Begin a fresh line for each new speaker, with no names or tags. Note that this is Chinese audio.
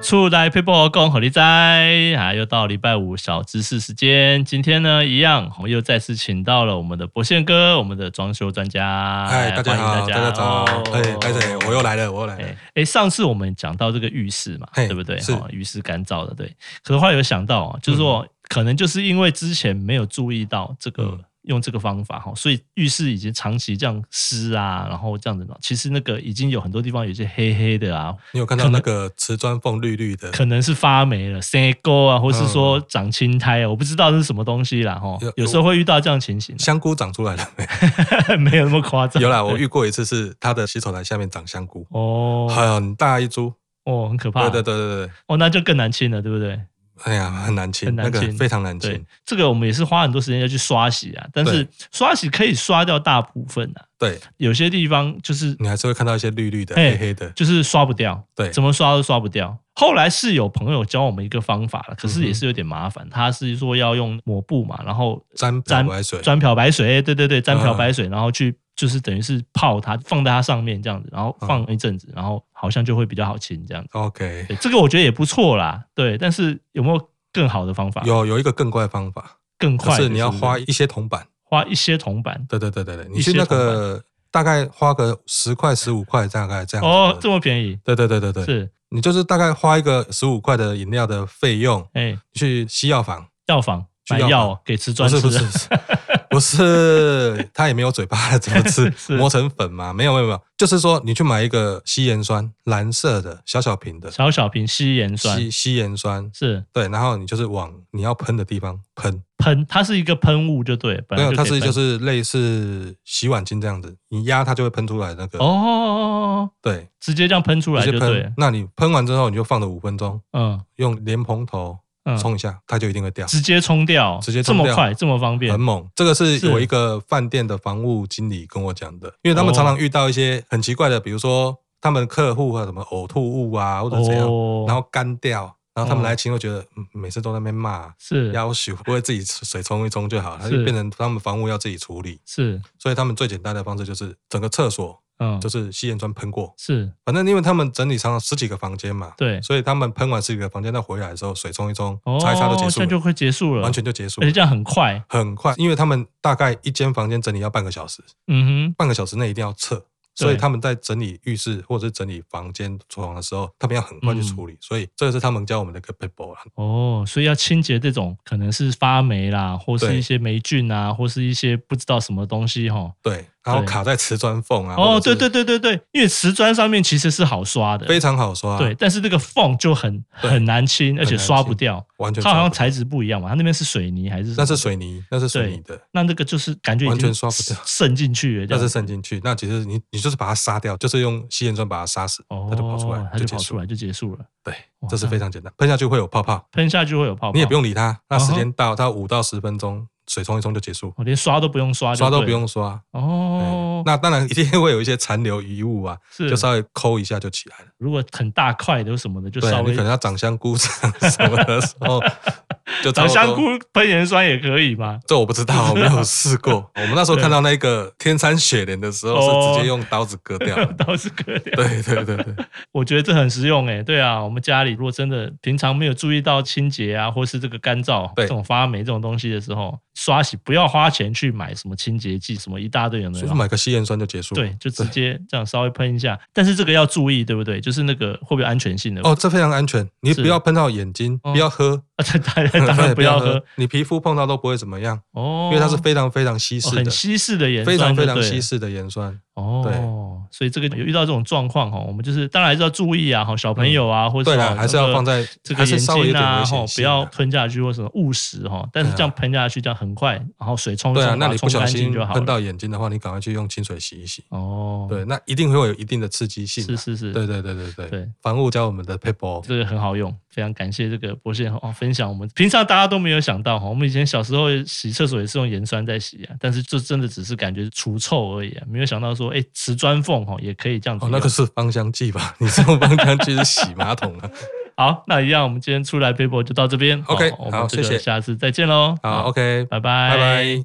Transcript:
出来陪我共好你在啊！又到礼拜五小知识时间，今天呢一样，我们又再次请到了我们的博宪哥，我们的装修专家。
嗨，哎大家
哎欢
好，
迎
大家早
哦。
哎，大姐，我又来了，我又来了
哎。哎，上次我们讲到这个浴室嘛，
嘿
对不对？
是
哦浴室干燥的，对。可是后来有想到啊，就是说，可能就是因为之前没有注意到这个、
嗯
用这个方法哈，所以浴室已经长期这样湿啊，然后这样子呢，其实那个已经有很多地方有一些黑黑的啊，
你有看到那个瓷砖缝绿绿的？
可能是发霉了、生沟啊，或是说长青苔啊，我不知道这是什么东西啦哈
嗯有。
有时候会遇到这样情形、啊
香菇长出来了 没？
没有那么夸张。
有啦，我遇过一次，是它的洗手台下面长香菇，
哦
很大一株。
哦，很可怕。
对对对对对，
哦，那就更难清了，对不对？
哎呀，很难清，
很难
那个
清
非常难
对
清。，
这个我们也是花很多时间要去刷洗啊，但是刷洗可以刷掉大部分啊，
对，
有些地方就是
你还是会看到一些绿绿的、
哎
黑黑的。
就是刷不掉，
嗯对
怎么刷都刷不掉。后来是有朋友教我们一个方法了，可
嗯
是
哼
也是有点麻烦，他是说要用抹布嘛，然后
沾漂白水，
沾漂白水，哎对对对，沾漂
嗯
白水，然后去就是等于是泡它，放在它上面这样
嗯
子，然后放一阵子，然后好像就会比较好清这样子。
OK，
对，这个我觉得也不错啦，对，但是有没有更好的方法？
有有一个更怪的方法，
更
就
快的，
是你要
不
花一些铜板。
花一些铜板。
对对对对对，
一
你
些
去那
铜
个大概花个十块、十五块，大概这样子的。
哦，这么便宜，
对对对对对，
是
你就是大概花一个十五块的饮料的费用，
哎，
去西药房，
药房
去
买
药
药
房
给瓷
不
砖
是
吃
不是不 是不是，它也没有嘴巴了，怎么吃
是
磨成粉嘛？没有没有没有，就是说你去买一个稀盐酸，蓝色的小小瓶的
小小瓶稀盐酸
稀稀盐酸，
是
对，然后你就是往你要喷的地方喷，
喷，它是一个喷雾就对，本
没
来
有，它
可以
是就
喷
是类似洗碗巾这样子，你压它就会喷出来那个，
哦，
对，
直接这样喷哦出来
直
就
接
对
喷，，那你喷完之后你就放了五分钟，
嗯
用莲蓬头
嗯，
冲一下，它就一定会掉。
直接冲掉，
直接
这
冲
么
掉
快，这么方便
很，猛。这个是
是
有一个饭店的房务经理跟我讲的，因为他们常常遇到一些很奇怪的，比如说他们客户啊什么呕吐物啊或者怎样，
哦
然后干掉，然后他
哦
们来清会觉得、嗯、每次都在那边骂。
是
要许不会自己水冲一冲就好，它
是
就变成他们房务要自己处理，
是
所以他们最简单的方式就是整个厕所
嗯
就是吸烟砖喷过，
是
反正因为他们整理常常十几个房间嘛，
对
所以他们喷完十几个房间，再回来的时候水冲一冲，
哦，
擦一擦就结束
这样就
了，
快结束了，
完全就结束
而
了
且。这样很快，
很快，因为他们大概一间房间整理要半个小时，
嗯
半个小时内一定要撤，
对
所以他们在整理浴室或者是整理房间、厨房的时候，他们要很快去处理。
嗯
所以这个是他们教我们的一个 paper 啊。
哼，哦，所以要清洁这种可能是发霉啦，或是
对
一些霉菌啊，或是一些不知道什么东西哈。
对，然后
对
卡在瓷砖缝啊，
哦，
或者
对
是
对对对对，因为瓷砖上面其实是好刷的，
非常好刷，
对，，但是这个缝就很
对
很难清，而且
很难
刷不
清
掉。
完全
它好
刷
像
不
材质不一样嘛，它那边是水泥还是什么？
那是水泥，那是水泥的，
那那个就是感觉已
完全
经
刷不掉
渗进去了，这
那
样
是渗进去。那其实你你就是把它杀掉，就是用吸盐砖把它杀死，
哦，
它就跑出来，
它就
结
跑
束
出
了。
来就结束了，
对
哇，
这是
那
非常简单，喷下去会有泡泡，
喷下去会有泡泡，
你也不用理它。那时
嗯
间到，它五到十分钟，水冲一冲就结束，
我哦连刷都不用刷，
刷都不。用刷。
哦
哦，，那当然一定会有一些残留遗物啊，
是
就稍微抠一下就起来了。
如果很大块的什么的，就
对、
稍
啊，
微
你可能要长香菇什么的时候，就
长
差不多
香菇。 喷盐酸也可以嘛。
这我不知道，我没有试 过。我们那时候看到那个天山雪莲的时候，
哦
是直接用刀子割掉的。
倒是可以，
啊对对对对，
我觉得这很实用诶、对啊，我们家里如果真的平常没有注意到清洁啊，或是这个干燥、
对
这种发霉这种东西的时候，刷洗不要花钱去买什么清洁剂，什么一大堆有没
就是
有？
买个吸盐酸就结束。
对，，就直接这样稍微喷一下，但是这个要注意，对不对？就是那个会不会有安全性的？
哦，这非常安全，你
是
不要喷到眼睛，
哦
不要喝，
啊， 当然当然
对
不要喝，
你皮肤碰到都不会怎么样，
哦，
因为它是非常非常稀
哦
释
很
的，
稀释的盐
非
酸
常
就
非常
对了
稀释的盐酸。
哦，所以这个有遇到这种状况哈，我们就是当然还是要注意啊，哈，小朋友啊，或者
嗯对
是哦
啦，还是要
那个
放在，
这个
还是
眼
稍微有
睛
点
啊，
危
哈
险，
不
性啊。啊
要吞下去或什么误食哈，但是这样喷下去这样很快，然后水冲一
对啊，
冲，
那
把
你
它冲
不小
干
心
净就好
喷
了。
到眼睛的话，你赶快去用清水洗一洗。
哦，，
对，那一定会有一定的刺激性
是
啊。
是是，
对对对对对
对
防务教我们的 paper，
这个很好用，非常感谢这个博士哦分享。我们平常大家都没有想到哈，我们以前小时候洗厕所也是用盐酸在洗啊，但是这真的只是感觉除臭而已啊，没有想到说哎瓷砖缝哈也可以这样子
哦，
用。
那个是芳香剂吧？ 你是用芳香剂是洗马桶啊？
好，那一样我们今天出来 paper 就到这边。
OK，
好我
好
们这
谢
个
谢
下次再见喽。
好，，OK，
拜拜，
拜拜。